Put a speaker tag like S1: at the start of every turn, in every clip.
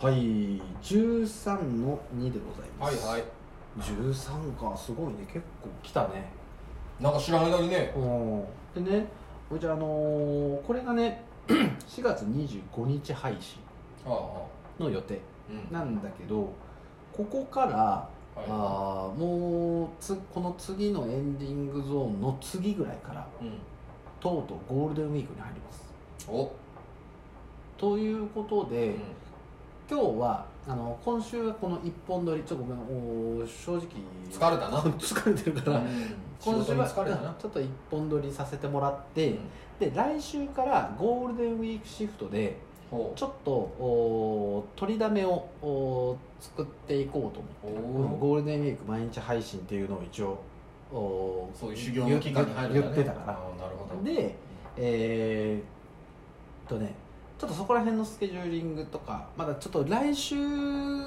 S1: はい13の2でございま
S2: はい
S1: す
S2: はい
S1: 13かすごいね結構来たね
S2: なんか知らない間にね
S1: でねこちらあのーこれがね 4月25日配信
S2: ああああ
S1: の予定
S2: うん
S1: なんだけどここから
S2: は
S1: あーもうつこの次のエンディングゾーンの次ぐらいから
S2: いうん
S1: とうとうゴールデンウィークに入ります
S2: お
S1: ということで、
S2: うん
S1: 今日はあの今週はこの一本撮りちょっとごめんお正直
S2: 疲れたな
S1: 疲れてるから、
S2: 仕
S1: 今週
S2: 事に
S1: は
S2: 疲れたな
S1: ちょっと一本撮りさせてもらって、
S2: うん
S1: で来週からゴールデンウィークシフトで
S2: ほ
S1: ちょっとお取りだめをお作っていこうと
S2: う
S1: 思って
S2: おお
S1: ゴールデンウィーク毎日配信っていうのを一応お
S2: そういう修行の期間に入るん
S1: 言
S2: だ
S1: 言
S2: ね
S1: ってたか
S2: ああなるほど
S1: らでえーっとねちょっとそこら辺のスケジューリングとかまだちょっと来週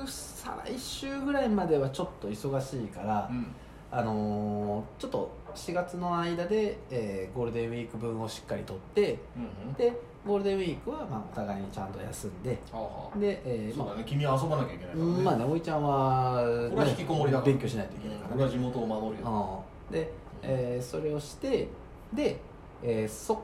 S1: 再来週ぐらいまではちょっと忙しいから、
S2: うん
S1: あのーちょっと4月の間で、えーゴールデンウィーク分をしっかりとって
S2: うんうん
S1: でゴールデンウィークはまあお互いにちゃんと休んで
S2: はあはあ
S1: で、えー
S2: そう
S1: ま
S2: だ
S1: あ
S2: ね君は遊ばなきゃいけないから
S1: うんまあねおいちゃんは、ね、
S2: 俺は引きこもりだから
S1: 勉強しないといけないから、
S2: 俺は地元を守るよ
S1: うんで、えーそれをしてで、えーそ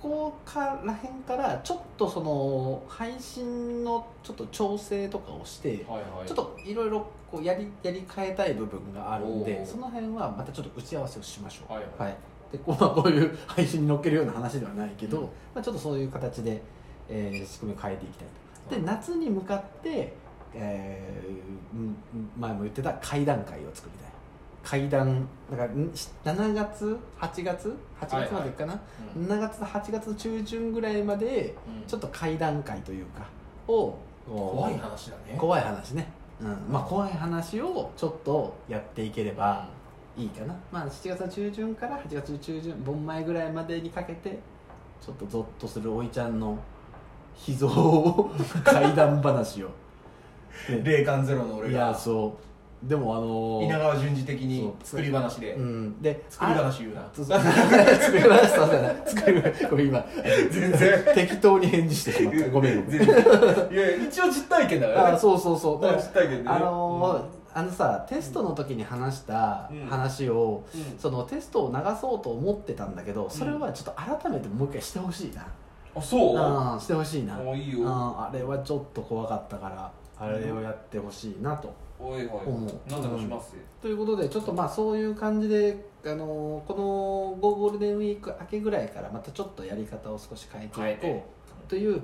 S1: こからへんからちょっとその配信のちょっと調整とかをして
S2: はいはい
S1: ちょっといろいろこうやりやり変えたい部分があるん
S2: お
S1: で
S2: ー
S1: その辺はまたちょっと打ち合わせをしましょう
S2: はいはい
S1: はい、でこうまあこういう配信に乗っけるような話ではないけど、
S2: うん
S1: まあ、ちょっとそういう形で、えー仕組みを変えていきたいとで夏に向かって、えーうんうん前も言ってた会談会を作りたい会談だからんし7月8月8月までかな、
S2: うん
S1: 7月と8月の中旬ぐらいまで
S2: うん
S1: ちょっと会談会というかを
S2: 怖い話だね
S1: 怖い話ね、うんまあ、怖い話をちょっとやっていければ、いいかな、まあ、7月の中旬から8月の中旬盆前ぐらいまでにかけてちょっとゾッとするおいちゃんの秘蔵を怪談話を、
S2: うん霊感ゼロの俺
S1: いや
S2: が
S1: そうでもあのー
S2: 稲川淳二的に
S1: そう
S2: 作り話で
S1: うんで
S2: 作り話言うな
S1: あ作り話そうだな作り話ごめん今
S2: 全然
S1: 適当に返事してしまったごめんごめん
S2: 全然いや一応実体験だから
S1: あ
S2: ね
S1: そうそうそうだから
S2: 実体験でね
S1: あのーあのさテストの時に話した
S2: うん
S1: 話を、
S2: うんうん
S1: そのテストを流そうと思ってたんだけどそれはちょっと改めてもう一回してほしいな、
S2: あそう
S1: うん、してほしいな、
S2: もういいうよ
S1: ん、あれはちょっと怖かったからあれをやってほしいなと、
S2: おいお
S1: 思う
S2: いなんでもしますよ
S1: ということでちょっとまあそういう感じで、あのーこのゴールデンウィーク明けぐらいからまたちょっとやり方を少し変えてい
S2: 変え
S1: こうという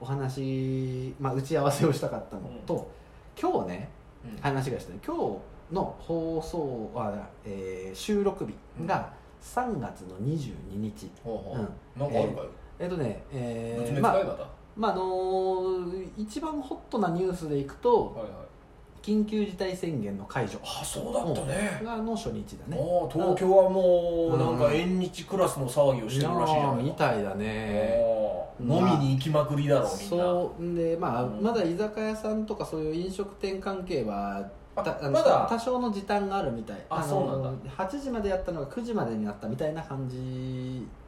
S1: お話、まあ、打ち合わせをしたかったのと、今日ね
S2: うん
S1: 話がしたね今日の放送あ、えー収録日が3月の22日、
S2: ほ
S1: うん
S2: うほうなんかあるかよ
S1: えっとね、
S2: ぶ
S1: え
S2: ち
S1: ー、
S2: め
S1: ま
S2: 使え
S1: あ、
S2: ばだ
S1: まあ、あのー一番ホットなニュースでいくと、
S2: はいはい
S1: 緊急事態宣言の解除
S2: あそうだったね
S1: がの初日だね。
S2: もう東京はも
S1: う
S2: うんなんか縁日クラスの騒ぎをしてるらしいじゃない
S1: み
S2: か
S1: たいだね。
S2: もう飲みに行きまくりだろみんな
S1: そう、んで、まあ、
S2: うん
S1: まだ居酒屋さんとかそういう飲食店関係は、
S2: あ
S1: たあの
S2: まだ
S1: 多少の時短があるみたい
S2: あ
S1: の
S2: そうなん
S1: 8時までやったのが9時までになったみたいな感じ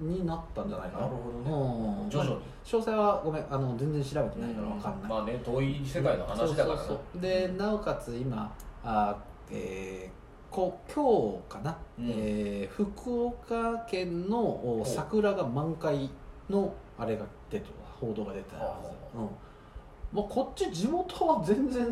S1: になったんじゃないかな
S2: なるほ
S1: うん
S2: 徐々に
S1: 詳細はごめんあの全然調べてないから分かんない、
S2: まあね遠い世界の話だか
S1: そ
S2: らな
S1: うそうそうでなおかつ今あー、えーこ今日かな、
S2: うん
S1: えー福岡県のお
S2: う
S1: 桜が満開のあれが出てた報道が出てた
S2: はあは
S1: はず、うんまあ、こっち地元は全然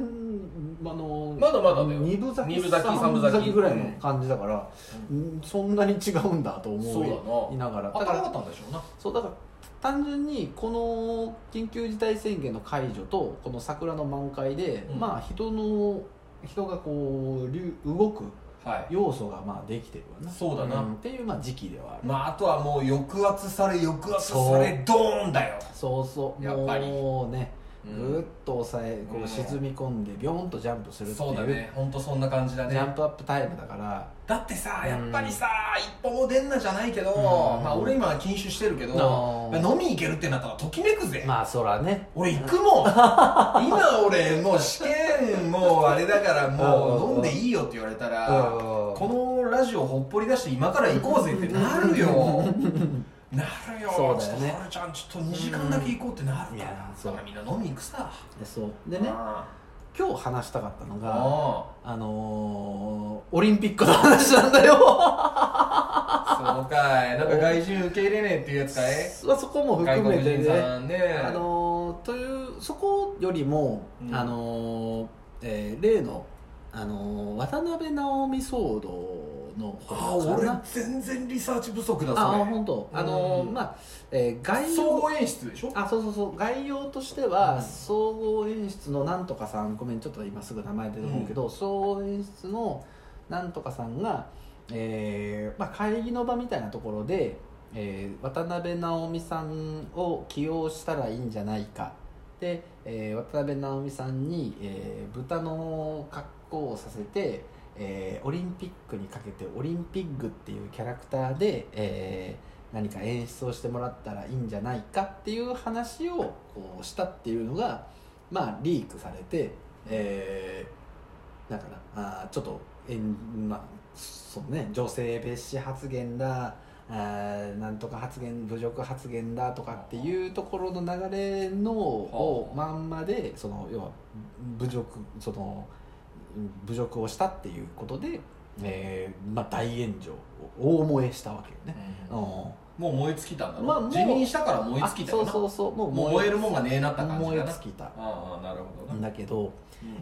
S1: あの
S2: まだまだだよ
S1: 二分咲き
S2: 二分咲き三分咲き
S1: ぐらいの感じだから、うんそんなに違うんだと思
S2: そうだ
S1: ういながらだ
S2: 明
S1: か
S2: るからったんでしょうな
S1: そうだから単純にこの緊急事態宣言の解除とこの桜の満開で、
S2: うん
S1: まあ人の人がこう流動く
S2: はい
S1: 要素がまあできてるわな
S2: そうだなん
S1: っていうまあ時期ではある、
S2: まああとはもう抑圧され抑圧されドーンだよ
S1: そうそう
S2: やっぱり
S1: もうね
S2: う
S1: ぐ
S2: ん
S1: ーっと抑えこ
S2: う
S1: うん沈み込んでビョーンとジャンプするっていう
S2: そうだね本当そんな感じだ
S1: ジャ
S2: ね
S1: ンプアップタイムだから
S2: だってさやっぱりさ一歩も出んなじゃないけど
S1: ん
S2: まあ俺今は禁酒してるけど
S1: あー
S2: 飲みに行けるってなったらときめくぜ
S1: まあそらね
S2: 俺行くもん今俺もう試験もうあれだからもう飲んでいいよって言われたら
S1: うん
S2: このラジオほっぽり出して今から行こうぜってなるよなるよ
S1: そうだよね
S2: ちょっと春ちゃんちょっと2時間だけ行こうってなる
S1: うんい
S2: か
S1: や
S2: ら、
S1: そう
S2: だからみんな飲み行くさ
S1: でそうでね
S2: あ
S1: 今日話したかったの
S2: ー
S1: が
S2: あ
S1: あのー、オリンピックの話なんだよ
S2: ーそうかいなんか外人受け入れねえっていうやつかい
S1: そそこも
S2: 外
S1: 含め
S2: 国
S1: て
S2: 人
S1: ね
S2: さんね
S1: あのー、というそこよりも、
S2: うん
S1: あのーえー例の、あのー渡辺直美騒動のこと
S2: あ
S1: か
S2: 俺
S1: な
S2: 全然リサーチ不足だ
S1: ああ
S2: そ
S1: 本当あのー
S2: うん
S1: まあ、えー
S2: れ
S1: 概
S2: 総
S1: 要
S2: 合演出でしょ
S1: あそうそうそう概要としては、
S2: うん
S1: 総合演出のなんとかさんごめんちょっと今すぐ名前出てこうけど、総合演出のなんとかさんが、えーまあ、会議の場みたいなところで、えー渡辺直美さんを起用したらいいんじゃないかで、えー渡辺直美さんに、えー豚の格好をさせて、えーオリンピックにかけてオリンピックっていうキャラクターで、えー何か演出をしてもらったらいいんじゃないかっていう話をこうしたっていうのが、まあ、リークされて、えーだからあーちょっと、えんまあ、そうね女性蔑視発言だあーなんとか発言侮辱発言だとかっていうところの流れのを
S2: はあ
S1: まんまでその要は侮辱その侮辱をしたっていうことで、えーまあ、大炎上大燃えしたわけよね、
S2: うん
S1: うん
S2: もう燃え尽きたんだろ、
S1: まあもう
S2: 辞任したから燃え尽きたよ
S1: あ
S2: な
S1: そうそうそうもう
S2: もう燃えるもんがねえなった感じだ
S1: 燃
S2: な
S1: え尽きた
S2: ああなるほど
S1: ん
S2: な、
S1: だけど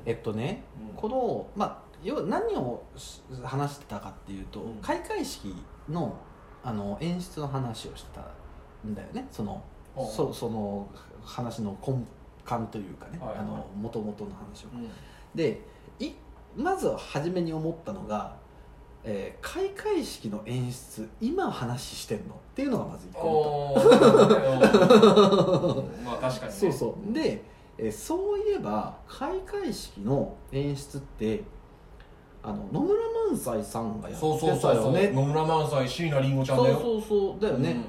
S1: えっとね
S2: うん
S1: このまあ要は何をし話してたかっていうと、
S2: うん
S1: 開会式のあの演出の話をしてたんだよねその
S2: うん
S1: そその話の根幹というかね、
S2: はいはい
S1: あの元々の話を
S2: うん
S1: でいまず初めに思ったのが、えー開会式の演出今話してんのっていうのがまず1個目と
S2: お ーうんまあ確かにね
S1: そうそうで、えーそういえば開会式の演出ってあの野村萬斎さんがやっ
S2: そうそう
S1: て
S2: そ
S1: た
S2: うそ
S1: よ
S2: う
S1: ね
S2: 野村萬斎椎名林檎ちゃん
S1: そう
S2: だよ
S1: そうそうだよね、
S2: うん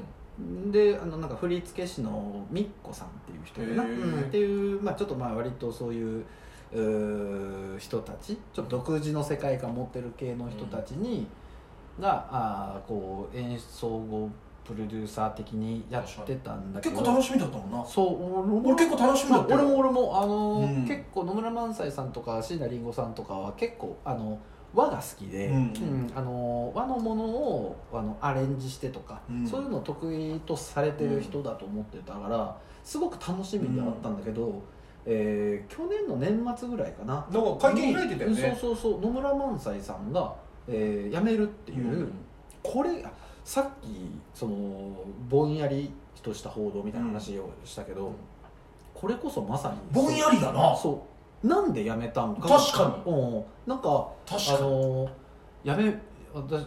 S1: であのなんか振付師のみっこさんっていう人かな、
S2: へー
S1: うんっていう、まあ、ちょっとまあ割とそういううー人たちちょっと独自の世界観持ってる系の人たちに、があーこう演出総合プロデューサー的にやってたんだけ
S2: 結
S1: ど
S2: 構楽しみだったもんな
S1: そう
S2: 俺結構楽しみ
S1: ま
S2: だ
S1: あ
S2: った
S1: 俺
S2: よ
S1: も俺もあのー、
S2: うん
S1: 結構野村萬斎さんとか椎名林檎さんとかは結構あの和が好きで、
S2: うん
S1: うんあのー和のものをあのアレンジしてとか、
S2: うん
S1: そういうのを得意とされてる人だと思ってたからすごく楽しみではあったんだけど、えー去年の年末ぐらいかな
S2: なんか会見開いてたよね
S1: そうそうそう野村萬斎さんが、えー辞めるっていう、これあさっきそのぼんやりとした報道みたいな話をしたけど、これこそまさに
S2: ぼんやりだな
S1: そうなんで辞めたんか
S2: 確か
S1: に、うん、なんか
S2: 確
S1: あ
S2: かに
S1: の辞め私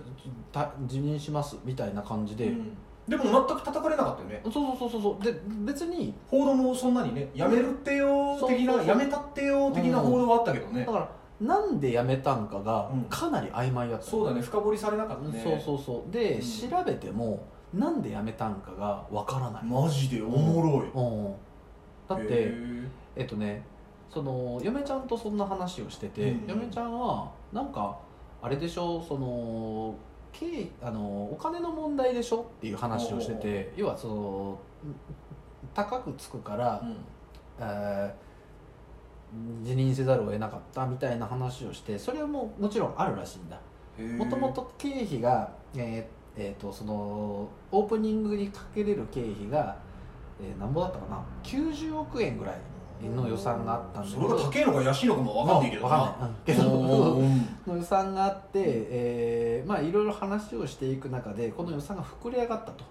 S1: た辞任しますみたいな感じで、
S2: うんでも全く叩かれなかったよね
S1: そうそうそうそうそうで別に
S2: 報道もそんなにねやめるってよー的
S1: そう
S2: な
S1: そう
S2: やめたってよー的な報道はあったけどね
S1: だからなんで辞めたんかが
S2: うん
S1: かなり曖昧だった、
S2: そうだね深掘りされなかった
S1: うん
S2: ね
S1: そうそうそうで、
S2: うん
S1: 調べてもなんで辞めたんかがわからない、
S2: マジでおもろい
S1: うん、だって、
S2: へー
S1: えっとねその嫁ちゃんとそんな話をしてて、
S2: うん
S1: 嫁ちゃんはなんかあれでしょその経あのお金の問題でしょっていう話をしてて要はそのうん高くつくから、えー辞任せざるを得なかったみたいな話をしてそれはもうもちろんあるらしいんだ
S2: うん
S1: もともと経費が、えーえーとそのオープニングにかけれる経費が、えー、なんぼだったかな90億円ぐらいの予算があったんだけ
S2: そ
S1: ど
S2: れが高いのか安いのかも分かんないけど
S1: わかんないうん け
S2: お
S1: ど
S2: ーうん
S1: の予算があって、えーまあいろいろ話をしていく中でこの予算が膨れ上がったと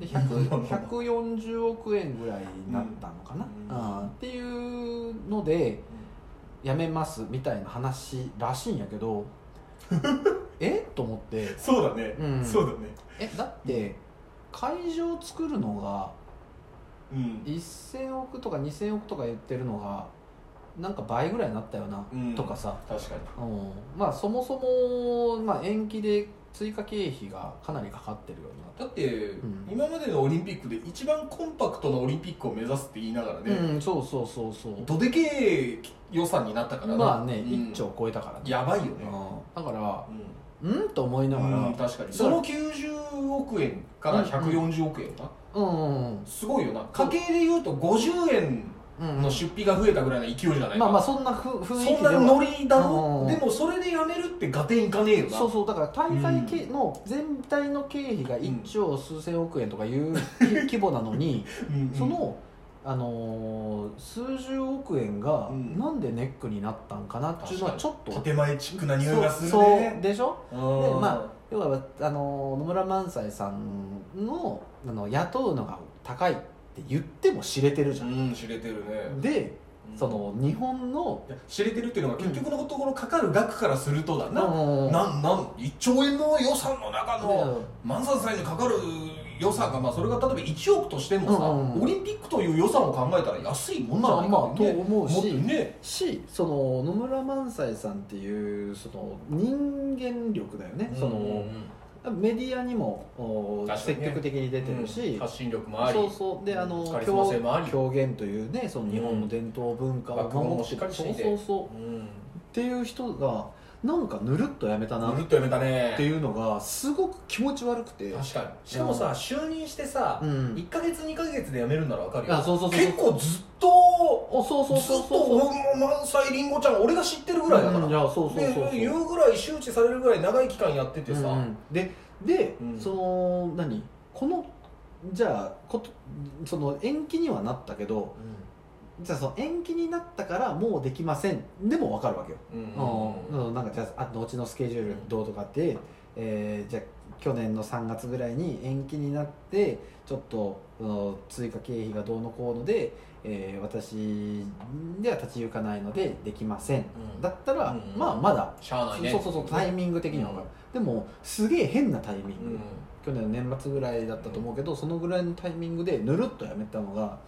S1: で100 140億円ぐらいになったのかな、
S2: うん
S1: うんっていうのでやめますみたいな話らしいんやけ どえと思って
S2: そうだね
S1: うん
S2: そうだね
S1: えだって会場作るのが
S2: うん
S1: 1000億とか2000億とか言ってるのがなんか倍ぐらいになったよな、
S2: うん
S1: とかさ、
S2: 確かに
S1: うん、まあそもそも、まあ、延期で追加経費がかなりかかってるようになっ
S2: だって
S1: ん
S2: 今までのオリンピックで一番コンパクトなオリンピックを目指すって言いながら
S1: て、
S2: ね
S1: うんそうそうそうそう
S2: どでけえ予算になったからな
S1: まあね、
S2: うん
S1: 1兆超えたからね
S2: やばいよね
S1: うんだから
S2: うん
S1: うんと思いながら、
S2: うん確かにその90 100億円から140億円か、
S1: うんうん
S2: すごいよな家計でいうと50円
S1: うん
S2: の出費が増えたぐらいの勢いじゃないか、
S1: まあまあそんなふ雰囲気
S2: そん
S1: で
S2: な
S1: は
S2: ノリだ
S1: うんうんう
S2: ろ
S1: ん
S2: でもそれでやめるって合点いかねえよな
S1: そうそうだから大会系の全体の経費が1兆数千億円とか いう規模なのに、
S2: うんうん
S1: その、あのー数十億円が
S2: うん
S1: なんでネックになったんかなっていうのはちょっと
S2: 建前チックな匂いがする
S1: そうそう
S2: ね
S1: でしょ
S2: で
S1: でま要はあのー野村萬斎さんのあの雇うのが高いって言っても知れてるじゃん、
S2: うん知れてるね
S1: で
S2: うん
S1: その日本の
S2: いや知れてるっていうのが結局のところかかる額からするとだな、
S1: うん
S2: なんなん1兆円の予算の中の万歳歳にかかる予算が、まあ、それが例えば1億としてもさ、
S1: うんうん
S2: オリンピックという予算を考えたら安いもん
S1: ま
S2: なの
S1: あ
S2: か
S1: まあと
S2: ね
S1: 思う
S2: もっと
S1: し、
S2: ね
S1: しその野村萬斎さんっていうその人間力だよね、そのメディアにもお
S2: 確かに
S1: 積
S2: ね
S1: 極的に出てるし、
S2: うん発信力もあり
S1: そうそうであの
S2: カリスマ性もあり
S1: 狂狂言というねその日本の伝統文化を守っ
S2: うん
S1: て
S2: 学問もしっかりしていて
S1: そうそうそう
S2: うん
S1: っていう人がなんかぬるっとやめたな
S2: ぬる
S1: っ
S2: っとやめたね
S1: ていうのがすごく気持ち悪くて
S2: 確かにしかもさ、就任してさ、
S1: うん
S2: 1か月2か月で辞めるならわかるよ
S1: あそうそうそう
S2: 結構ずっと
S1: おそうそうそう
S2: ずっと
S1: そう
S2: 俺も満載りんごちゃん俺が知ってるぐらいだから、
S1: うんいやそうそうそうそう
S2: で言うぐらい周知されるぐらい長い期間やっててさ、
S1: うんうんでで、
S2: うん
S1: その何このじゃあことその延期にはなったけどじゃあその延期になったからもうできませんでも分かるわけよ、
S2: うん
S1: うんなんかじゃああ後のスケジュールどうとかって、えーじゃあ去年の3月ぐらいに延期になってちょっと、うん追加経費がどうのこうので、えー私では立ち行かないのでできません、
S2: うん
S1: だったら、
S2: うん
S1: まあまだ
S2: しゃあないね
S1: そうそうそうタイミング的には分かる、でもすげえ変なタイミング、
S2: うん
S1: 去年の年末ぐらいだったと思うけど、そのぐらいのタイミングでぬるっとやめたのが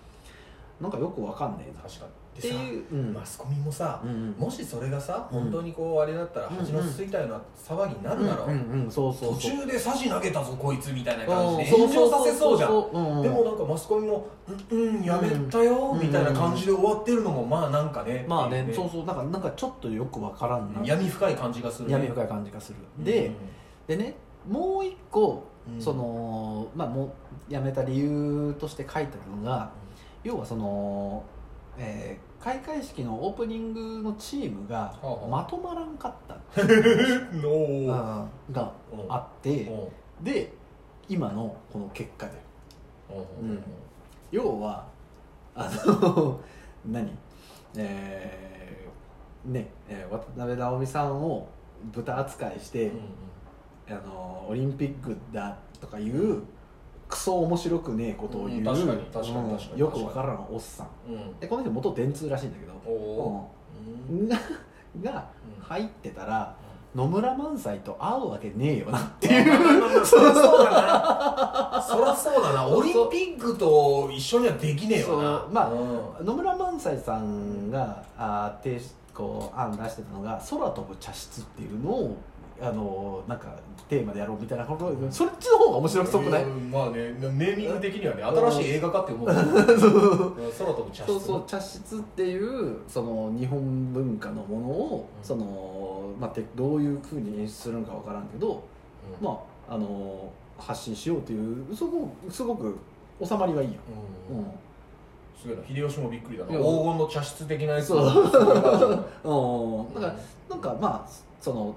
S1: なんかよく分かんねえなっ
S2: 確かに
S1: て
S2: でさ、
S1: いう、うん
S2: マスコミもさ、
S1: うんうん
S2: もしそれがさ
S1: うん
S2: 本当にこうあれだったら
S1: うん
S2: 蜂の巣みたいな騒ぎになるだろう、
S1: うんうんうんそうそう
S2: 途
S1: そう
S2: 中でサジ投げたぞこいつみたいな感
S1: うん
S2: じで炎上させそうじゃん
S1: ううう
S2: でもなんかマスコミも「うんうんやめたよ」
S1: うん
S2: みたいな感じで終わってるのもまあなんかね
S1: まあね
S2: ってい
S1: そうそうなんかなんかちょっとよくわからんな
S2: 闇深い感じがするね
S1: 闇深い感じがする、ででねもう一個、
S2: うん
S1: そのまあもうやめた理由として書いてあるのが要はその、えー開会式のオープニングのチームが
S2: はあはあ
S1: まとまらんかったって
S2: うん
S1: いう
S2: の
S1: のがあってで今のこの結果でうん要はあの 何えーね、えー渡辺直美さんを豚扱いして、あのオリンピックだとかいうクソ面白くねえことを言う、
S2: うん確かに確かに確かに
S1: うんよくわからんおっさんでこの人元電通らしいんだけど
S2: おおー
S1: がが
S2: うん
S1: 入ってたら野村萬斎と会うわけねえよなっていう
S2: まあまあまあまあそりゃそうだなそりゃそうだなオリンピックと一緒にはできねえよな
S1: そうまあ
S2: うん
S1: 野村萬斎さんがあー提出こう案出してたのが「空飛ぶ茶室」っていうのをあのなんかテーマでやろうみたいなことそっちの方が面白くそくない、
S2: うんまあねネーミング的にはね新しい映画かって思ううん空飛ぶ茶室
S1: そうそう茶室っていうその日本文化のものを、
S2: うん
S1: そのまあ、てどういうふうに演出するのかわからんけど、
S2: うん
S1: まあ、あの発信しようというそこすごく収まりはいいや
S2: うん
S1: ん、うん
S2: すごいな秀吉もびっくりだない
S1: や
S2: 黄金の茶室的なやつ
S1: そう
S2: う
S1: うん、だから
S2: う
S1: なんかまあその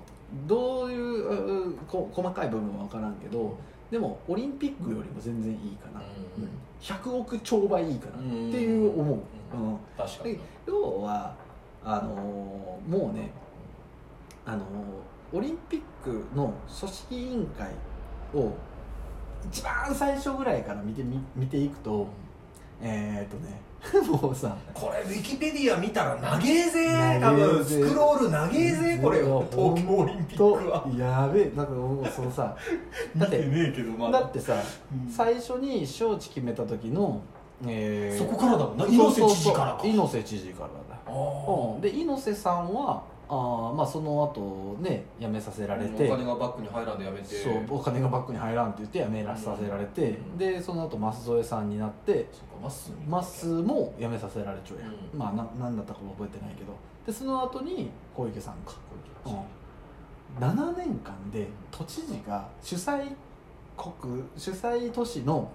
S1: どういうううこ細かい部分は分からんけどでもオリンピックよりも全然いいかな、
S2: うん
S1: うん100億兆倍いいかなっていう思う、
S2: うん
S1: うん
S2: 確かに
S1: で要はあのーもうね、あのーオリンピックの組織委員会を一番最初ぐらいから見てみ見ていくとえー、っとね もうさ
S2: これウィキペディア見たら長えぜ多
S1: 長えぜ
S2: 分スクロール長えぜこれ
S1: うん
S2: 東京オリンピッ
S1: と
S2: クは
S1: やべえなんかもうそのさ
S2: 見
S1: だって
S2: てねえけど ま
S1: だ
S2: だ
S1: ってさ
S2: うん
S1: 最初に招致決めた時の、えー
S2: そこからだもんな猪瀬知事からか
S1: そうそうそう猪瀬知事からだう
S2: あ
S1: ん
S2: ー
S1: で猪瀬さんはあー、まあ、その後ね辞めさせられて、
S2: お金がバッグに入らんでやめて
S1: そうお金がバックに入らんって言って辞めらさせられて、
S2: うん
S1: でその後舛添さんになって
S2: そっかまっすー
S1: マスも辞めさせられちゃうやん、
S2: うん
S1: まあな何だったかも覚えてないけどでその後に小池さんか、
S2: こういう気がする
S1: うん、7年間で都知事が主催国主催都市の、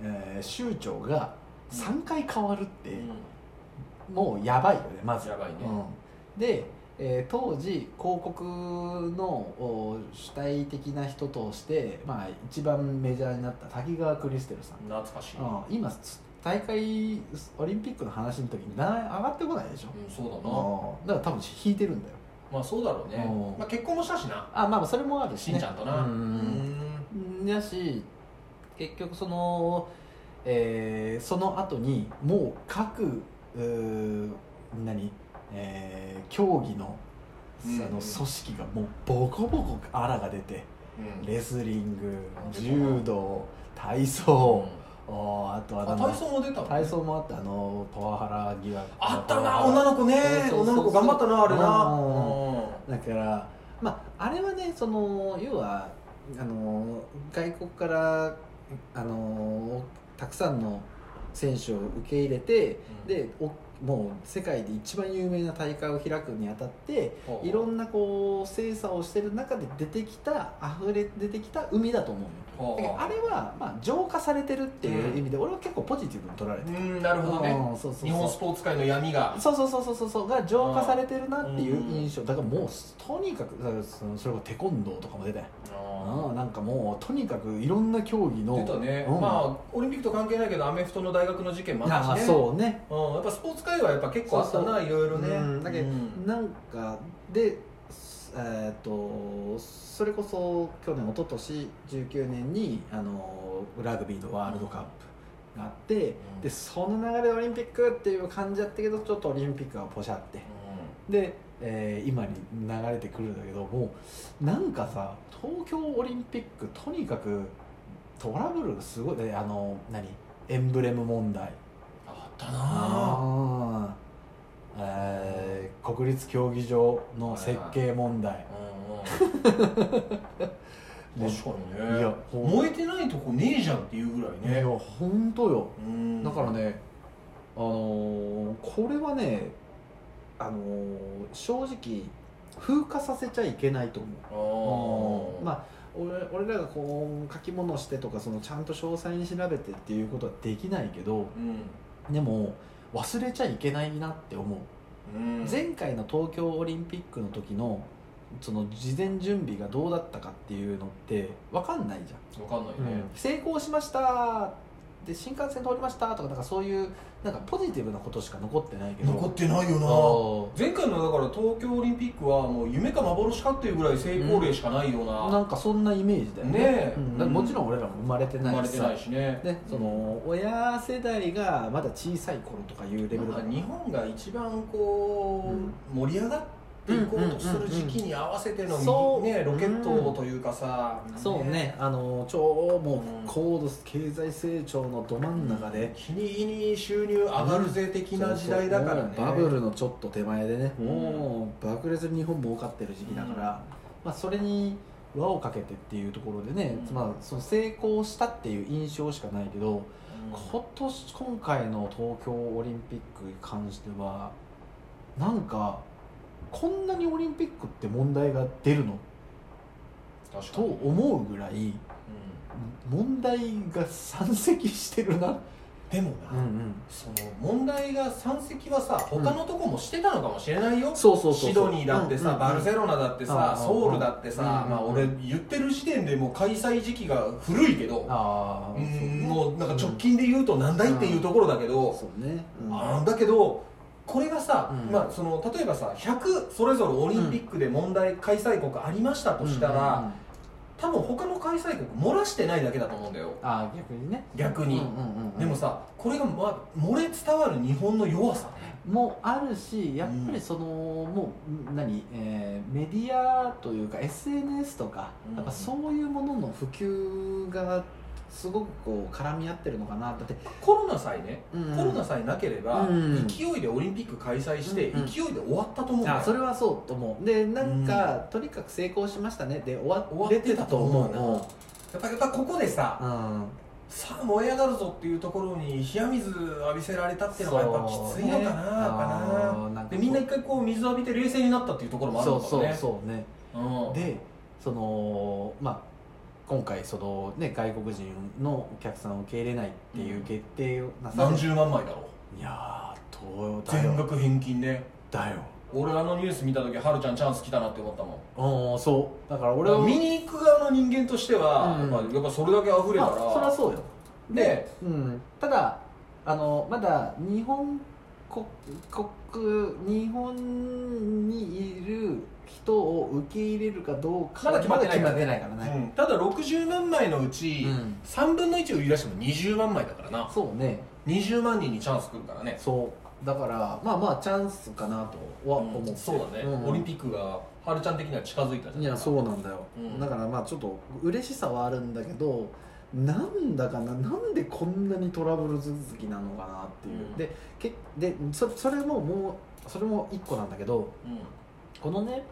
S1: えー州長が3回変わるって、もうやばいよねまず
S2: やばいね
S1: うん、で、えー当時広告のお主体的な人として、まあ、一番メジャーになった滝川クリステルさん、
S2: 懐かしい、うん
S1: うん、今つ大会オリンピックの話の時にな上がってこないでしょ、
S2: そうだな、
S1: うん、だから多分引いてるんだよ
S2: まあそうだろうね、
S1: うん
S2: まあ、結婚もしたしな
S1: あまあまあそれもあるし、
S2: しん
S1: ね、
S2: ちゃんとな
S1: う
S2: うんん
S1: だし結局その、えーその後にもう各うー何、えー競技の,、
S2: うん
S1: あの組織がもうボコボコあらが出てレスリング柔道体操、おーあとは
S2: あ
S1: なんだ
S2: 体操も出たの
S1: 体操もあってあのパワハラ疑惑
S2: あったな女の子ね
S1: そうそうそう
S2: 女の子頑張ったなあれな
S1: だからまああれはねその要はあの外国からあのたくさんの選手を受け入れて、
S2: うん
S1: でおもう世界で一番有名な大会を開くにあたっていろ
S2: なん
S1: なこう精査をしてる中で出てきた溢れ出てきた海だと思うの
S2: ほう
S1: だからあれは、まあ、浄化されてるっていう意味で、俺は結構ポジティブに取られて
S2: う
S1: る、
S2: んなるほどね
S1: うんそうそうそう
S2: 日本スポーツ界の闇が
S1: そうそうそうそうそうそうが浄化されてるなっていう
S2: うん
S1: 印象だからもうとにかくだからそのそれこそテコンドーとかも出たよ、うん、なんかもうとにかくいろんな競技の
S2: 出たね
S1: うん
S2: まあオリンピックと関係ないけどアメフトの大学の事件もあった
S1: あ
S2: しね
S1: そうね
S2: うんやっぱスポーツ界はやっぱ結構あった
S1: そう
S2: な
S1: そう
S2: いろいろね
S1: うんだけど
S2: うん
S1: なんかですえーっとそれこそ去年一昨年19年にあのラグビーのワールドカップがあって、
S2: うん
S1: でその流れでオリンピックっていう感じだったけどちょっとオリンピックがポシャってで、えー今に流れてくるんだけどもうなんかさ東京オリンピックとにかくトラブルがすごいであの何エンブレム問題
S2: あったな
S1: あーえー国立競技場の設計問題
S2: うん うん確かにね
S1: いやほん
S2: 燃えてないとこねえじゃんっていうぐらい
S1: いや
S2: ね
S1: 本当よ
S2: うん
S1: だからねあのーこれはねあのー正直風化させちゃいけないと思う
S2: あー
S1: まあ俺俺らがこう書き物してとかそのちゃんと詳細に調べてっていうことはできないけど
S2: うん
S1: でも忘れちゃいけないなって思う、
S2: うん
S1: 前回の東京オリンピックの時のその事前準備がどうだったかっていうのって分かんないじゃん
S2: わかんないね、
S1: 成功しましたで新幹線通りましたとかなんかそういうなんかポジティブなことしか残ってないけど
S2: 残ってないよ
S1: あ
S2: な
S1: ー
S2: 前回のだから東京オリンピックはもう夢か幻かっていうぐらい成功例しかないような、
S1: なんかそんなイメージだよね
S2: ねえ
S1: うんだからもちろん俺らも生まれて
S2: 生
S1: な
S2: ま
S1: い
S2: れ
S1: してさ
S2: ないしね
S1: ね、その親世代がまだ小さい頃とかいうレベル
S2: ま
S1: だ
S2: あ日本が一番こう、盛り上がっていこうとする時期に合わせての、
S1: そう
S2: ね、ロケットというかさ、
S1: そうねあの超も
S2: う
S1: う
S2: ん
S1: 高度経済成長のど真ん中で、
S2: 日に日に収入上がるぜ的な時代だからね、
S1: そうそうもうバブルのちょっと手前でね、
S2: うん
S1: もう爆裂に日本儲かってる時期だから、まあ、それに輪をかけてっていうところでね、
S2: うん
S1: まあ、その成功したっていう印象しかないけど、
S2: うん
S1: 今年今回の東京オリンピックに関してはなんかこんなにオリンピックって問題が出るの
S2: 確か
S1: と
S2: に、
S1: 思うぐらい問題が山積してるな、
S2: うんでもな、その問題が山積はさ他のとこもしてたのかもしれないよ、
S1: そうそうそうそう
S2: シドニーだって
S1: う
S2: さ、
S1: んうん
S2: バルセロナだってさ、
S1: うん
S2: ソウルだってさ、
S1: うん
S2: まあ、俺言ってる時点でもう開催時期が古いけど、
S1: ああ
S2: うんもうなんか直近で言うとなんだいっていうところだけど、
S1: そうね、うん
S2: あーだけどこれがさ、
S1: うん
S2: まあ、その例えばさ100それぞれオリンピックで問題開催国ありましたとしたら、
S1: うんうんうん
S2: 多分他の開催国漏らしてないだけだと思うんだよ
S1: ああ逆にね
S2: 逆に、
S1: うんうんうんうん
S2: でもさこれが、まあ、漏れ伝わる日本の弱さね
S1: もあるしやっぱりその、もう何、えーメディアというか SNS とか、
S2: うん
S1: やっぱそういうものの普及がすごくこう絡み合ってるのかなだって、
S2: コロナさえね、
S1: うん
S2: コロナさえなければ、
S1: うん
S2: 勢いでオリンピック開催して、
S1: うんうん
S2: 勢いで終わったと思うんだよ
S1: あそれはそうと思うでなんか、とにかく成功しましたねで終わ
S2: 終わっ
S1: れ
S2: て
S1: て
S2: た
S1: たと
S2: と思
S1: 思
S2: う
S1: う
S2: な
S1: も
S2: やっぱやっぱここでさ、
S1: ううん
S2: さあ燃え上がるぞっていうところに冷や水浴びせられたっていうのがやっぱきついのかな、
S1: そうね
S2: やっぱな
S1: あーなんか
S2: でみんな一回こう水浴びて冷静になったっていうところもある
S1: そ
S2: の
S1: う
S2: かも
S1: そう
S2: ね
S1: そうね
S2: うん
S1: でそのまあ今回その、ね、外国人のお客さんを受け入れないっていう決定をなさ
S2: 何
S1: る、
S2: 十万枚だろ
S1: いやーどうだ
S2: 全
S1: よ
S2: 額返金ね
S1: だよ
S2: 俺あのニュース見た時はるちゃんチャンス来たなって思ったもん
S1: うんそうだから俺は
S2: 見に行く側の人間としては、
S1: うん
S2: やっぱやっぱそれだけ溢れた
S1: あ
S2: ら
S1: そりゃそうよ
S2: ね
S1: うん、ただあのまだ日本国国日本にいる人を受け入れるかどうか
S2: まだ決まってないから
S1: ま
S2: ね
S1: だ決まってないからね、
S2: うんただ60万枚のうち、
S1: うん
S2: 3分の1を売り出しても20万枚だからな
S1: そうね
S2: 20万人にチャンス来るからね
S1: そうだからまあまあチャンスかなとは思って、
S2: うんそうだね、
S1: ん
S2: オリンピックがはるちゃん的には近づいたじゃん
S1: いやそうなんだよ、
S2: うん
S1: だからまあちょっと嬉しさはあるんだけどなんだかななんでこんなにトラブル続きなのかなっていう、
S2: うん
S1: でけでそそれももうそれも一個なんだけど
S2: うん
S1: このね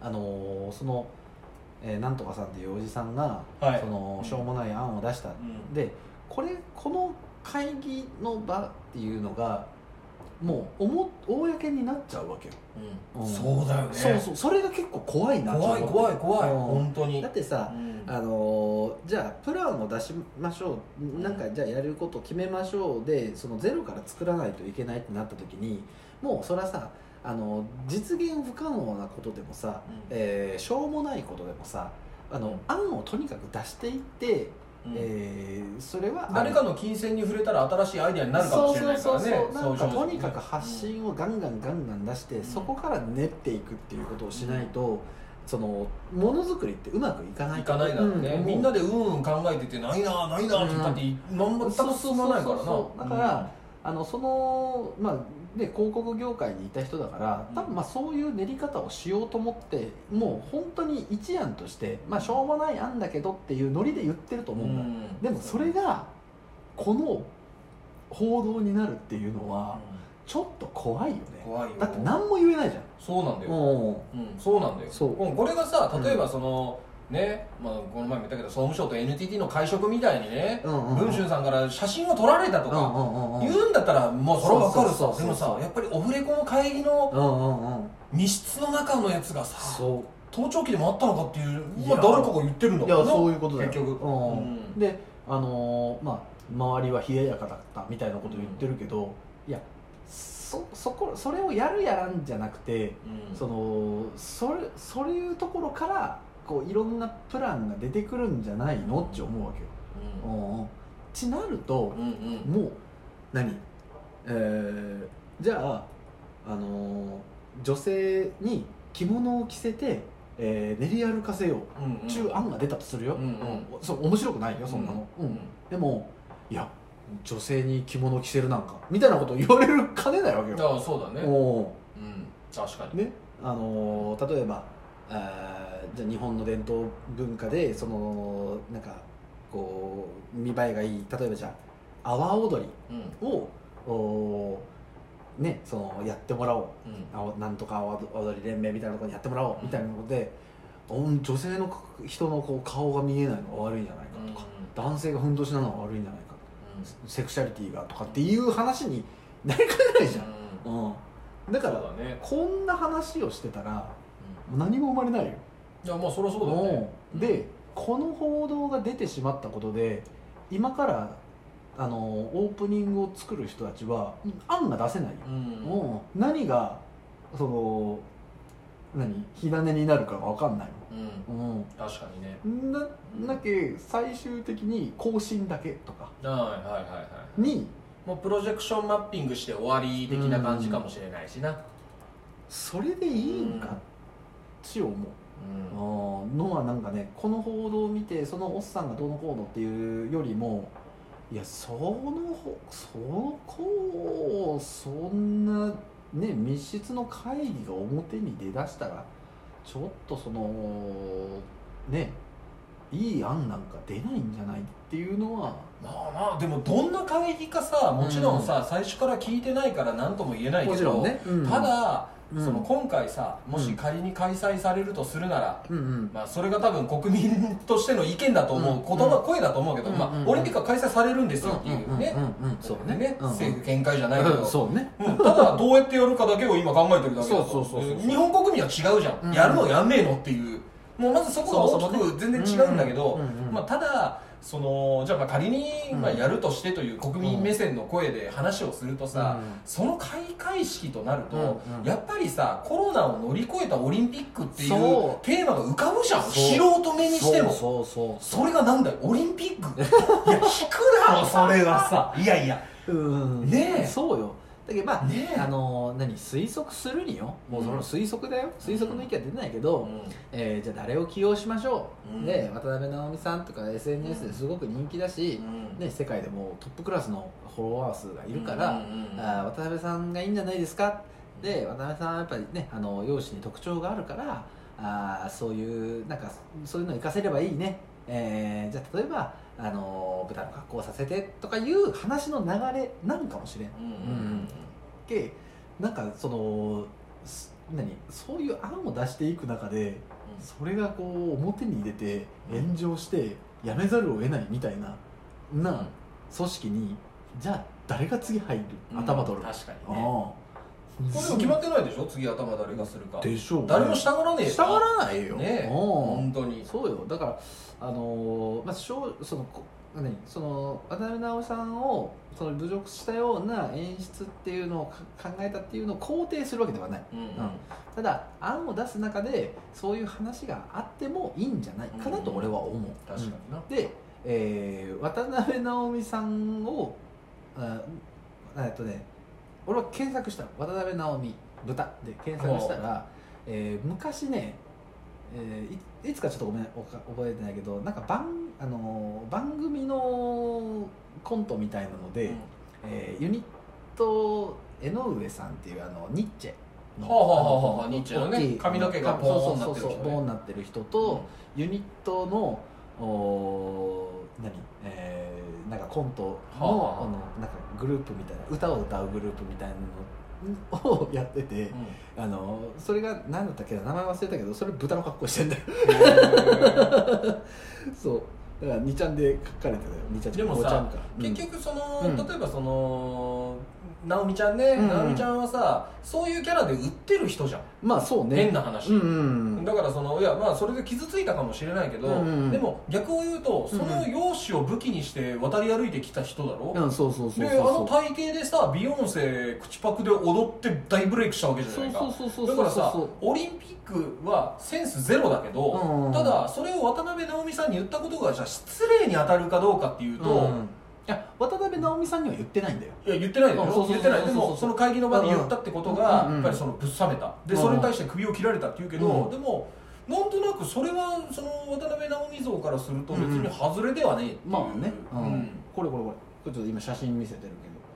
S1: あのーその、えーなんとかさんっていうおじさんが、
S2: はい
S1: その
S2: うん
S1: しょうもない案を出した、
S2: うん
S1: でこれこの会議の場っていうのがもうおも公になっちゃうわけよ、
S2: うん
S1: うん
S2: そうだよね
S1: そうそうそれが結構怖いな
S2: 怖い怖い怖い、
S1: うん
S2: 本当に
S1: だってさ、
S2: うん
S1: あのーじゃあプランを出しましょうなんかじゃあやること決めましょうでそのゼロから作らないといけないってなった時にもうそれはさ、あのー実現不可能なことでもさ、
S2: うん
S1: えーしょうもないことでもさあの、
S2: うん
S1: 案をとにかく出していって、
S2: うん
S1: えーそれは
S2: 誰かの金銭に触れたら新しいアイデアになるかもしれないからね
S1: そうそうそうそうなんか
S2: そういう状況
S1: とにかく発信をガンガンガンガン出して、
S2: うん
S1: そこから練っていくっていうことをしないと、そのものづくりってうまくいかない
S2: 行かないだろうね、
S1: うん
S2: みんなでうんうん考えててないなないなって言ったって何も全く進まないから
S1: そ
S2: な
S1: うそうそうそうだから、あのそのまあね広告業界にいた人だから多分まあそういう練り方をしようと思ってもう本当に一案としてまあしょうもない案だけどっていうノリで言ってると思うんだ、でもそれ
S2: が、
S1: がこの報道になるっていうの
S2: うん
S1: はちょっと怖いよね
S2: 怖いよ
S1: だって何も言えないじゃん
S2: そうなんだよ、
S1: うん
S2: うんそうなんだよ
S1: そう
S2: うんこれがさ例えばその、ねまあ、この前も言ったけど総務省と NTT の会食みたいにね、
S1: うんうんうん
S2: 文春さんから写真を撮られたと
S1: う
S2: か、
S1: んうんうんうん
S2: 言うんだったらもうそれは分かる
S1: そうそう
S2: さで
S1: そう
S2: も
S1: そう
S2: さやっぱりオフレコの会議の
S1: うんうん
S2: 密室の中のやつがさ
S1: そう
S2: 盗聴器でもあったのかっていう、
S1: い
S2: ま
S1: や
S2: あ、誰かが言ってるんだ
S1: いや
S2: もんな
S1: そういうことだよ
S2: 結局
S1: うん
S2: うん
S1: であのーまあ周りは冷ややかだったみたいなこと言ってるけど、いやそそこそれをやるやらんじゃなくて、
S2: うん
S1: そのそれそういうところからこういろんなプランが出てくるんじゃないのって思うわけよ。
S2: う
S1: うんうんちなると
S2: ん、うんうん
S1: もう何、えーじゃあ、あのー女性に着物を着せて、えー練り歩かせよう
S2: うんうん
S1: 中案が出たとするよ、
S2: うん
S1: うんそう面白くないよそんなの、うんでもいや女性に着物着せるなんかみたいなこと言われるかねないわけよ、
S2: ああそうだね
S1: おう
S2: うん確かに
S1: ねあのー例えばあーじゃあ日本の伝統文化でそのなんかこう見栄えがいい例えばじゃあ阿波踊
S2: うん
S1: りをおーねそのやってもらおう
S2: うん
S1: あおなんとか踊り連盟みたいなところにやってもらおうみたいなことで、うん女性のか人のこう顔が見えないのが悪いんじゃないかとか、男性がふんどしなのが悪いんじゃないか
S2: うん
S1: セクシャリティがとかっていう話になりかねないじゃん、うんだ
S2: だ
S1: か
S2: かららね
S1: こんな話をしてたら何も生まれないよ
S2: いやまあそりゃそうだよね
S1: うんでこの報道が出てしまったことで今からあのオープニングを作る人たちは案が出せないよ
S2: うん
S1: うん、何がその何火種になるかが分かんない
S2: うん
S1: もん、
S2: 確かにね
S1: うん、なだけ最終的に更新だけとか
S2: はいはいはいはい
S1: に
S2: もうプロジェクションマッピングして終わり的な感じかもしれないしな
S1: それでいいん
S2: うん
S1: かち思う
S2: うん
S1: あーのはなんかねこの報道を見てそのおっさんがどうのこうのっていうよりもいやそのほそこをそんなね密室の会議が表に出だしたらちょっとそのねいい案なんか出ないんじゃないっていうのは
S2: まあまあでもどんな会議かさもちろんさ最初から聞いてないから何とも言えないけど
S1: ね、うん
S2: た、だ
S1: うん
S2: その今回さもし仮に開催されるとするなら
S1: うんうん、
S2: まあ、それが多分国民としての意見だと思う、
S1: うん
S2: 言葉、声だと思うけど、
S1: うん
S2: ま
S1: うん
S2: あ、オリンピックは開催されるんですよっていうね、
S1: うんうんうんそうだね
S2: ね
S1: うんうん
S2: 政府見解じゃないけど、
S1: うんそうね
S2: うんただどうやってやるかだけを今考えてるだけだと
S1: そうそうそうそう
S2: で日本国民は違うじゃん、
S1: うん
S2: やるのやんねえのっていうもうまずそこが大きく全然違うんだけど、
S1: うんうんうん
S2: まあ、ただそのじゃあまあ仮に
S1: うん
S2: まあやるとしてという国民目線の声で話をするとさ、
S1: うん
S2: その開会式となると、
S1: うんうん
S2: やっぱりさコロナを乗り越えたオリンピックっていう
S1: そう
S2: テーマが浮かぶじゃん
S1: そう
S2: 素人目にしても
S1: そうそうそ
S2: それがなんだよオリンピ ックいや引くだろそれはさいやいや
S1: ううん
S2: ねえ
S1: そうよだけどまあ、
S2: ねえ
S1: あのー何推測するによもうその推測だよ、推測の意見は出てないけど、えーじゃあ誰を起用しましょう、
S2: うん
S1: で渡辺直美さんとか SNS ですごく人気だし、ね、世界でもうトップクラスのフォロワー数がいるから、あー渡辺さんがいいんじゃないですかで渡辺さんはやっぱりねあの容姿に特徴があるからあーそういうなんかそういうのを活かせればいいね、えーじゃあ例えばあの豚の格好をさせてとかいう話の流れなんかもしれんけなんかそのす何そういう案を出していく中でそれがこう表に出て炎上してやめざるを得ないみたいなな組織にじゃあ誰が次入る頭取る、
S2: 確か
S1: ああ
S2: にねこれでも決まってないでしょ次頭誰がするか
S1: でしょうね
S2: 誰も従わねえよ
S1: 従わないよ、
S2: ねえ
S1: うん
S2: 本当に
S1: そうよだからあのーまあしょうそのこ何その渡辺直美さんをその侮辱したような演出っていうのをか考えたっていうのを肯定するわけではない
S2: うん
S1: ただ案を出す中でそういう話があってもいいんじゃないかなと俺は思う、
S2: 確かにな
S1: で、えー渡辺直美さんをあえっとね俺は検索したの渡辺直美豚で検索したら、えー昔ね、えーいいつかちょっとごめんおか覚えてないけどなんか番,、あのー番組のコントみたいなので、えーユニット江上さんっていうあのニッチェの
S2: はあはあはあはあ
S1: あの
S2: ニッチェのね
S1: 大きい
S2: 髪の毛がボーンなってる人ね
S1: そうそうそうボーンなってる人と、ユニットのおー何、えーなんかコントの,、
S2: はあ
S1: あのなんかグループみたいな歌を歌うグループみたいなのをやってて、あのそれが何だったっけな名前忘れたけどそれ豚の格好してんだよ そうだから2ちゃんで書かれてたよ2ちゃん
S2: でも
S1: 5
S2: さ
S1: ちゃんか
S2: 結局その、
S1: うん
S2: 例えばその直美ちゃんね、
S1: うん
S2: 直美ちゃんはさそういうキャラで売ってる人じゃん、
S1: うんまあそうね
S2: 変な
S1: う
S2: 話、
S1: んうんうん
S2: だからそのいやまあそれで傷ついたかもしれないけど、
S1: うんうん
S2: でも逆を言うとその容姿を武器にして渡り歩いてきた人だろ、
S1: うんそうそうそうそう
S2: であの体型でさビヨンセ口パクで踊って大ブレイクしたわけじゃ
S1: そ
S2: な
S1: う
S2: いか
S1: そうそうそう
S2: だからさ
S1: そう
S2: オリンピックはセンスゼロだけど、
S1: うんうん
S2: ただそれを渡辺直美さんに言ったことがじゃあ失礼に当たるかどうかっていうと、
S1: うんいや渡辺直美さんには言ってないんだよ
S2: いや言ってないだ
S1: あそうそう
S2: ろ
S1: そう
S2: 言ってない
S1: そう
S2: で
S1: そうそう
S2: もその会議の場で言ったってことが
S1: うんうん
S2: やっぱりそのぶっ冷めたで
S1: うん
S2: それに対して首を切られたって言うけ
S1: う
S2: ど
S1: ん
S2: でもなんとなくそれはその渡辺直美像からすると別に外れではねえっていう
S1: まあね、
S2: う
S1: うん
S2: ん
S1: これこれこれこれちょっと今写真見せてる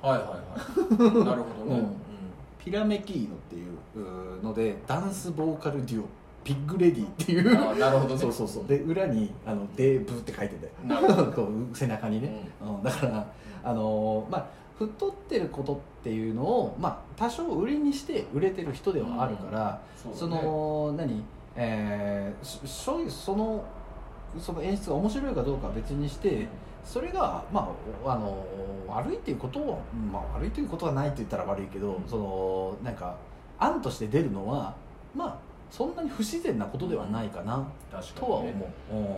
S1: けど
S2: はいはい はいなるほ
S1: う
S2: どね
S1: ん
S2: うん
S1: ピラメキーノっていううーのでダンスボーカルデュオピッグレディってい
S2: あ
S1: う
S2: ーなるほど ね
S1: そうそうそうで裏にあのデーブって書いてて
S2: なるほ ど
S1: こう背中にね、うんだからあのーまあ太ってることっていうのを、まあ、多少売りにして売れてる人ではあるから、そ
S2: そうだね
S1: の何えー、ししょいそのその演出が面白いかどうかは別にしてそれが、まあ、おあの悪いっていうことは、まあ、悪いということはないって言ったら悪いけど、
S2: うん
S1: そのなんか案として出るのはまあそんなに不自然なことではないかな、
S2: 確
S1: とは
S2: か
S1: 思
S2: にね
S1: う、うん
S2: うん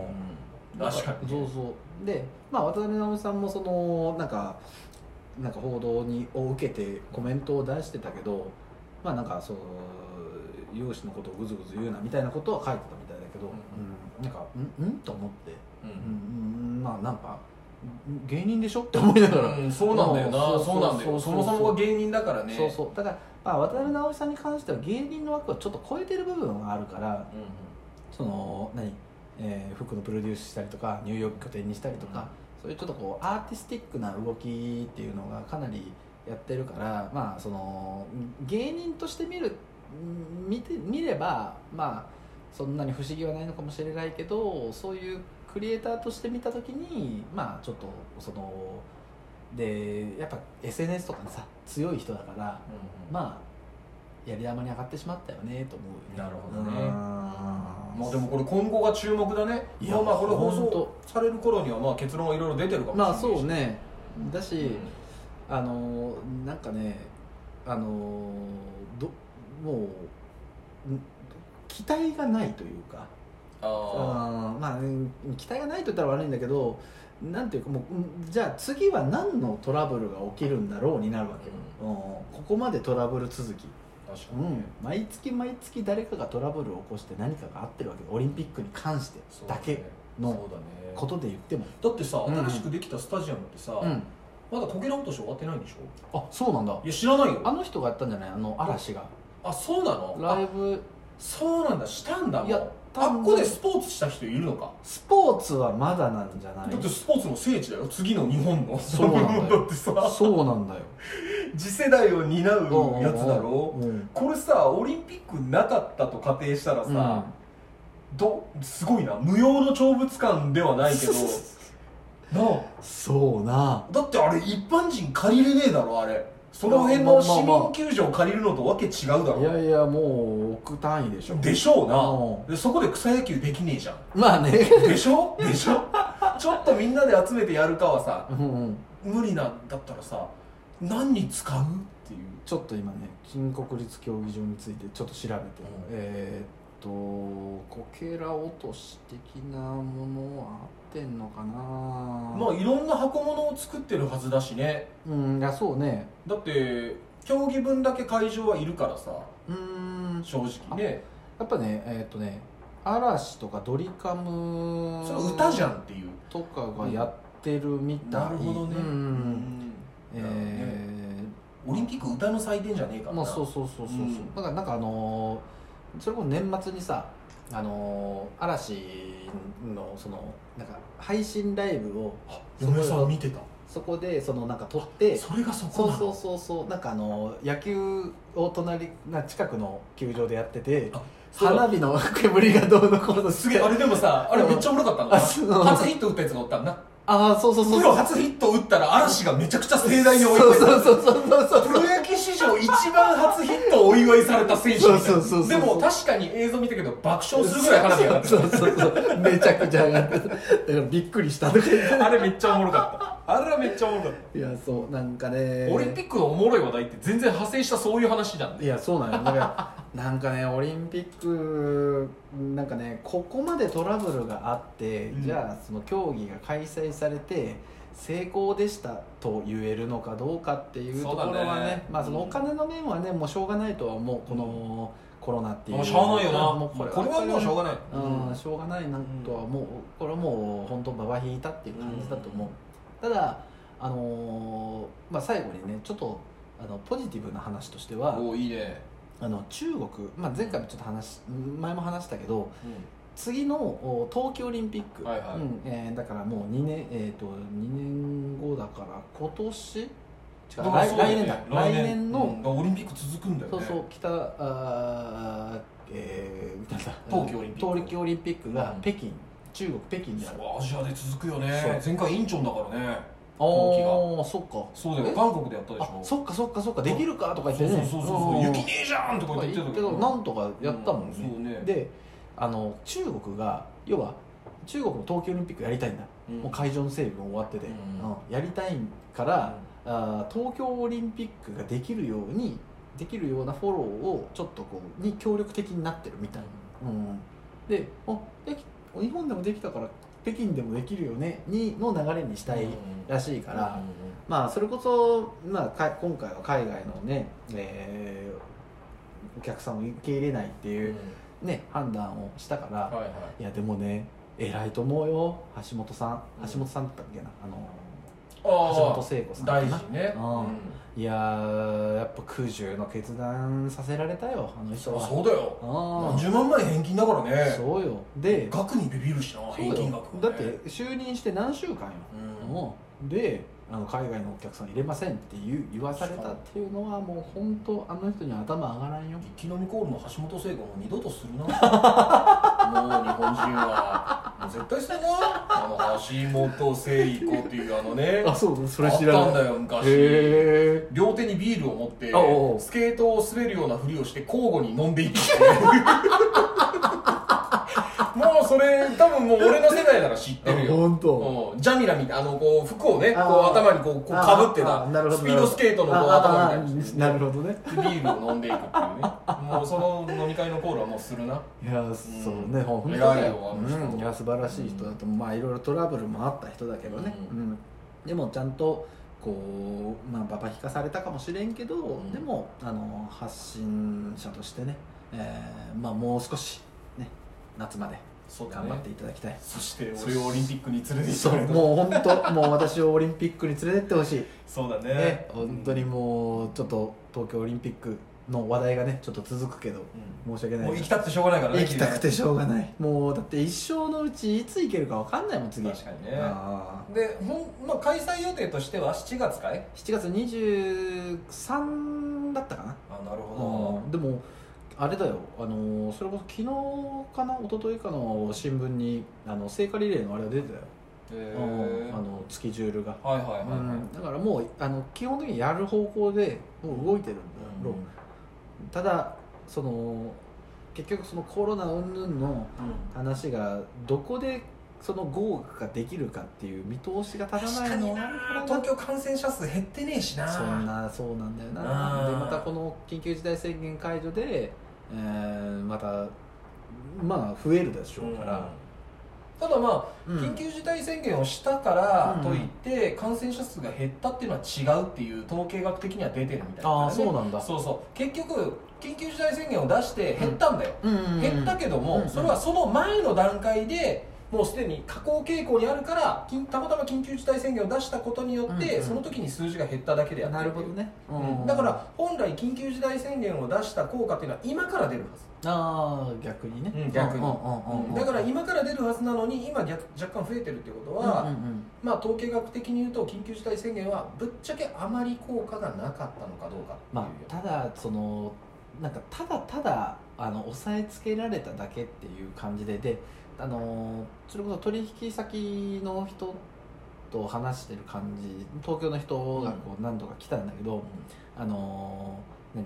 S2: 確かに
S1: そ
S2: ね
S1: うそうで、まあ、渡辺直美さんもそのなんかなんか報道にを受けてコメントを出してたけどまあなんかその容姿のことをぐずぐず言うなみたいなことは書いてたみたいだけど、うんなんか「んん?」と思って「
S2: う
S1: うんんうんまあなんかん芸人でしょ?」 って思いながら、
S2: うんそうなんだよ
S1: そ
S2: な
S1: うそう
S2: そうなんだ
S1: そ
S2: よそ
S1: そ
S2: う
S1: う
S2: もそもが芸人だからね
S1: そうそうだから、まあ、渡辺直美さんに関しては芸人の枠をちょっと超えてる部分があるから
S2: うんうん
S1: その何、えー服のプロデュースしたりとかニューヨーク拠点にしたりとか、そういうちょっとこうアーティスティックな動きっていうのがかなりやってるからまあその芸人として見るん見て見ればまあそんなに不思議はないのかもしれないけどそういうクリエイターとして見た時にまあちょっとそのでやっぱ SNS とかにさ強い人だから
S2: うん
S1: まあやり玉に上がってしまったよねと思うよ
S2: なるほどね
S1: うん
S2: まあでもこれ今後が注目だね
S1: いや
S2: まあまあこれ放
S1: ほん
S2: 送
S1: と
S2: される頃にはまあ結論はいろいろ出てるかもしれない
S1: まあ
S2: し
S1: そうねだし、
S2: うん
S1: あのなんかねあのどもうん期待がないというか
S2: あ
S1: うんまあうん期待がないと言ったら悪いんだけどなんていうかもううんじゃあ次は何のトラブルが起きるんだろうになるわけよ、うんここまでトラブル続き、
S2: あ確か
S1: う
S2: に、
S1: ん、毎月毎月誰かがトラブルを起こして何かがあってるわけよオリンピックに関して
S2: そう
S1: だけの
S2: そうだね
S1: ことで言っても、
S2: だってさ
S1: うん
S2: 新しくできたスタジアムってさ、
S1: うん、
S2: まだこけら落とし終わってないんでしょ
S1: あそうなんだ
S2: いや知らないよ
S1: あの人がやったんじゃないあの嵐が
S2: あそうなの
S1: ラ
S2: あ
S1: イブ
S2: そうなんだしたんだもん
S1: やった
S2: あ
S1: んだ
S2: っこでスポーツした人いるのか
S1: スポーツはまだなんじゃない
S2: だってスポーツの聖地だよ次の日本の
S1: そうなんだよ
S2: だってさ
S1: そうなんだよ
S2: 次世代を担うやつだろ
S1: うん
S2: これさオリンピックなかったと仮定したらさ、どすごいな無用の長物館ではないけどな
S1: そうな
S2: あだってあれ一般人借りれねえだろあれその辺の市民球場借りるのとわけ違うだろ、
S1: いやいやもう億単位でしょ
S2: でしょうな、
S1: う
S2: でそこで草野球できねえじゃ ん
S1: まあね
S2: でしょでしょ ちょっとみんなで集めてやるかはさ
S1: うんうん
S2: 無理なんだったらさ何に使うっていう
S1: ちょっと今ね金国立競技場についてちょっと調べて、えーっとこけら落とし的なものはあってんのかな
S2: まあいろんな箱物を作ってるはずだしね
S1: うんいやそうね
S2: だって競技分だけ会場はいるからさ
S1: うーん
S2: 正直ね
S1: やっぱねえーっとね嵐とかドリカム
S2: それ歌じゃんっていう
S1: とかがやってるみたい
S2: なるほ
S1: う
S2: どね、
S1: んうんうん
S2: うん
S1: えー
S2: オリンピック歌の祭典じゃねえから
S1: ま
S2: な
S1: あそうそうそうそうそう、
S2: うん
S1: だからなんかあのーそれこそ年末にさあのー嵐のそのなんか配信ライブを
S2: あ嫁さん見てた
S1: そこでそのなんか撮って
S2: それがそ
S1: そ
S2: こ
S1: う
S2: なの
S1: そうそうそうなんかあのー野球を隣な近くの球場でやってて
S2: あそうだ
S1: 花火の煙がどうのこうの
S2: すげえあれでもさあれめっちゃおもろかったん
S1: あそう
S2: だ初ヒット打ったやつがおったんだ
S1: ああそうそうそう
S2: プ
S1: そ
S2: ロ
S1: う
S2: 初ヒット打ったら嵐がめちゃくちゃ盛大に
S1: そ
S2: お
S1: う
S2: 祝い
S1: そうそうそうそうそう
S2: プロ野球史上一番初ヒットをお祝いされた選手みたいな
S1: そうそうそうそう
S2: でも確かに映像見たけど爆笑するぐらい花火上がって
S1: そ
S2: た
S1: うそうそうめちゃくちゃ上がってただからびっくりしたとか言って
S2: あれめっちゃおもろかったあれはめっちゃおもろかった
S1: いやそうなんかね
S2: オリンピックのおもろい話題って全然派生したそういう話なんだ
S1: いやそうなんよだからなんかねオリンピックなんかねここまでトラブルがあって、
S2: うん
S1: じゃあその競技が開催されて成功でしたと言えるのかどうかっていうところは
S2: そうだ
S1: ね
S2: ね
S1: まあそのお金の面はねもうしょうがないとは思うこのコロナっていう
S2: もうしょうがないよな
S1: も
S2: も
S1: う
S2: う
S1: こ
S2: こ
S1: れ
S2: れはもうしょうがない
S1: うん、しょうがないなとはもうこれはもう本当ババ引いたっていう感じだと思う、ただあのーまあ、最後にねちょっとあのポジティブな話としては
S2: おおいいね
S1: あの中国、まあ、前回もちょっと話前も話したけど次のお冬季オリンピック、
S2: はいはい
S1: うんえーだからもう2年,、えー、と2年後だから今年違う
S2: だから
S1: 来
S2: そうだ
S1: 来
S2: よね
S1: 年だ来年の、
S2: うんだからオリンピック続くんだよね
S1: そうそう北あーえー なんだ
S2: 冬季オリンピック
S1: 冬季オリンピックが
S2: うん
S1: 北京、中国北京である
S2: そうアジアで続くよ
S1: そう
S2: ね前回委員長だからね
S1: あ
S2: 冬季が
S1: ーそっか
S2: そうだ
S1: え
S2: よ韓国でやったでし
S1: あ
S2: ょ
S1: そっかそっかそっかできるかとか言ってね
S2: そうそうそうそううん雪ねえじゃんとか言って
S1: 言
S2: た
S1: っ
S2: け
S1: け
S2: ど
S1: どなんとかやったもんね,、
S2: うんそうね
S1: であの中国が要は中国の冬季オリンピックやりたいんだ、
S2: うん
S1: もう会場の整備も終わってて、
S2: うん
S1: うんやりたいから、あー東京オリンピックができるようにできるようなフォローをちょっとこうに協力的になってるみたいな、うんであでき日本でもできたから北京でもできるよねにの流れにしたいらしいから、まあそれこそ、まあ、か今回は海外のね、えーお客さんを受け入れないって
S2: うん、
S1: いううんね判断をしたから、
S2: はいはい
S1: い、やでもね偉いと思うよ橋本さん
S2: うん
S1: 橋本さんだったっけなあの橋
S2: あ
S1: 本聖子さ
S2: あ
S1: んか
S2: 大
S1: な
S2: 事ね
S1: うん
S2: うん
S1: いやーやっぱ空中の決断させられたよあの人は
S2: そうだよ
S1: あ
S2: 何
S1: ー
S2: 十万枚返金だからね
S1: そうよで
S2: 額にビビるしな
S1: そうよ
S2: 返金額
S1: だ
S2: が
S1: っ
S2: ね
S1: て就任して何週間よ、
S2: うん
S1: のであの海外のお客さん入れませんって言う言わされたっていうのはもう本当あの人には頭上がらんよ
S2: 生き飲みコールの橋本聖子も二度とするなもう日本人はもう絶対するなあの橋本聖子っていうあのね
S1: そうそ
S2: あったんだよ昔
S1: へ
S2: 両手にビールを持って
S1: あおうおう
S2: スケートを滑るようなふりをして交互に飲んでいくっていうもうそそれ多分もう俺の世代なら知ってる
S1: あ
S2: よ
S1: 本当
S2: うんジャミラみたいなあのこう服をねこ
S1: あ
S2: う
S1: ー
S2: 頭にこうこうかぶって
S1: あ
S2: た
S1: あなるほど
S2: スピードスケートのこう
S1: ああ
S2: 頭
S1: あ
S2: みたい
S1: な
S2: な
S1: るほどね
S2: ビールを飲んでいくっていうねもうその飲み会のコールはもうするない
S1: やそうね、ほん、本当
S2: 偉い
S1: だ
S2: よあの人
S1: うん、いや素晴らしい人だと、まあいろいろトラブルもあった人だけどね、う
S2: うん
S1: でもちゃんとこうまあババ引かされたかもしれんけど、
S2: ん
S1: でもあの発信者としてね、えーまあもう少しね夏まで
S2: そうだ
S1: 頑
S2: ね
S1: 張っていただきたい、
S2: そして俺をオリンピックに連れて行
S1: そ
S2: か
S1: う
S2: れた
S1: もう本当もう私をオリンピックに連れてってほしい
S2: そうだ
S1: ね
S2: ね
S1: 本当にもうちょっと東京オリンピックの話題がねちょっと続くけど
S2: う
S1: 申し訳
S2: ん
S1: ない
S2: もう行きたくてしょうがないからね
S1: 行きたくてしょうがないもうだって一生のうちいつ行けるか分かんないもん次
S2: 確かにね
S1: あ
S2: でほん、まあ、開催予定としては7月かい
S1: ー7月23だったかな
S2: あなる
S1: う
S2: ほ
S1: んでもあれだよあのーそれこそ昨日かな一昨日かの新聞にあの聖火リレーのあれが出てたよ、
S2: どへ
S1: うん
S2: え
S1: あの月ジュールが、
S2: はいはいはいはい、
S1: うんだからもうあの基本的にやる方向でもう動いてるんだろう、ただその結局そのコロナ云々の話がどこでその合格ができるかっていう見通しが立たないのがあるから
S2: 東京感染者数減ってねえしな
S1: そんなそうなんだよな
S2: うん
S1: でまたこの緊急事態宣言解除で、えーまたまあ増えるでしょうから、
S2: ただまあ、
S1: うん
S2: 緊急事態宣言をしたから
S1: う
S2: と
S1: ん
S2: いって、感染者数が減ったっていうのは違うっていう統計学的には出てるみたいな、
S1: ああそうなんだ
S2: そうそう結局緊急事態宣言を出して減ったんだよ、
S1: うん
S2: 減ったけども、
S1: うん
S2: それはその前の段階でもうすでに下降傾向にあるから緊たまたま緊急事態宣言を出したことによって、
S1: うんうん
S2: その時に数字が減っただけであって
S1: なるほどね、
S2: うんだから本来緊急事態宣言を出した効果っていうのは今から出るはず、
S1: ああ逆にね、
S2: うん逆
S1: うん
S2: に
S1: うんうんうん
S2: だから今から出るはずなのに今逆若干増えてるってことは、
S1: うんうん
S2: まあ統計学的に言うと緊急事態宣言はぶっちゃけあまり効果がなかったのかどうかっていう
S1: まあ、ただそのなんかただただあの抑えつけられただけっていう感じでであのそれこそ取引先の人と話してる感じ東京の人がこう何度か来たんだけど、あの何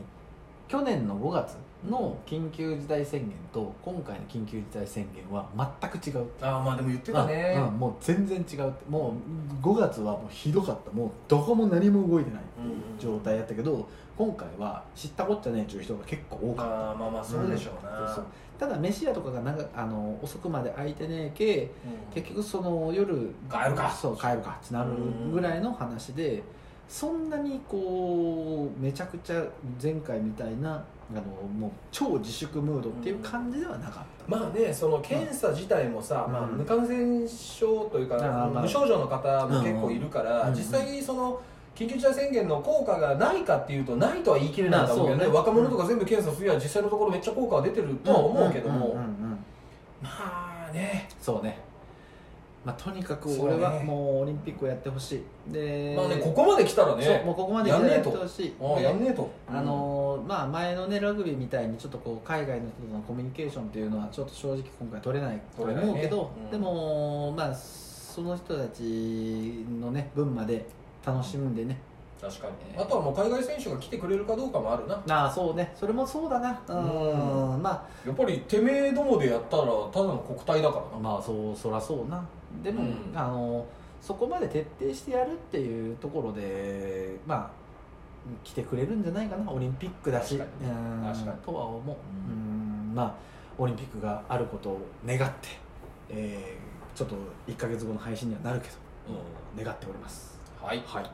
S1: 去年の5月の緊急事態宣言と今回の緊急事態宣言は全く違うって
S2: ああまあでも言ってたね、
S1: うんもう全然違うってもう5月はもうひどかったもうどこも何も動いてないっていう状態やったけど今回は知ったこっちゃねえっていう人が結構多かっ
S2: ああまあまあそうでしょう
S1: た、
S2: な、
S1: そうそうただ飯屋とかがなんかあの遅くまで空いてねえけ
S2: うん
S1: 結局その夜
S2: 帰るか
S1: そう帰るかってなるぐらいの話でそんなにこうめちゃくちゃ前回みたいなあのもう超自粛ムードっていう感じではなかった、
S2: まあねその検査自体もさ、
S1: うん
S2: まあ、無感染症というか、
S1: あーまあ
S2: 無症状の方も結構いるから、
S1: うんうん
S2: 実際その緊急事態宣言の効果がないかっていうとないとは言い切れないんだろうけ
S1: ま
S2: ど
S1: あ
S2: ね
S1: そうね
S2: 若者とか全部検査すりゃ実際のところめっちゃ効果は出てるとは思うけども、
S1: んうんうん
S2: まあね、
S1: そうね、まあ、とにかく
S2: そうね
S1: 俺はもうオリンピックをやってほしいで、
S2: まあねここまで来たらね
S1: そうもうここまで来たらやってほしい
S2: あー
S1: で
S2: やんねえと、
S1: あのーまあ、前のねラグビーみたいにちょっとこう海外の人とのコミュニケーションっていうのはちょっと正直今回取れないと
S2: 取れない
S1: 思う
S2: ね
S1: けど、
S2: うん
S1: でもまあその人たちのね分まで楽しんでね
S2: 確かにあとはもう海外選手が来てくれるかどうかもあるな
S1: ああそうねそれもそうだなうんまあ
S2: やっぱりてめえどもでやったらただの国体だからな
S1: まあそうそらそうなでも、
S2: うん
S1: あのそこまで徹底してやるっていうところでまあ来てくれるんじゃないかなオリンピックだし
S2: 確かに
S1: うん
S2: 確かに
S1: とは思う、う
S2: う
S1: んまあオリンピックがあることを願って、えーちょっと1か月後の配信にはなるけど、願っております
S2: はい
S1: はい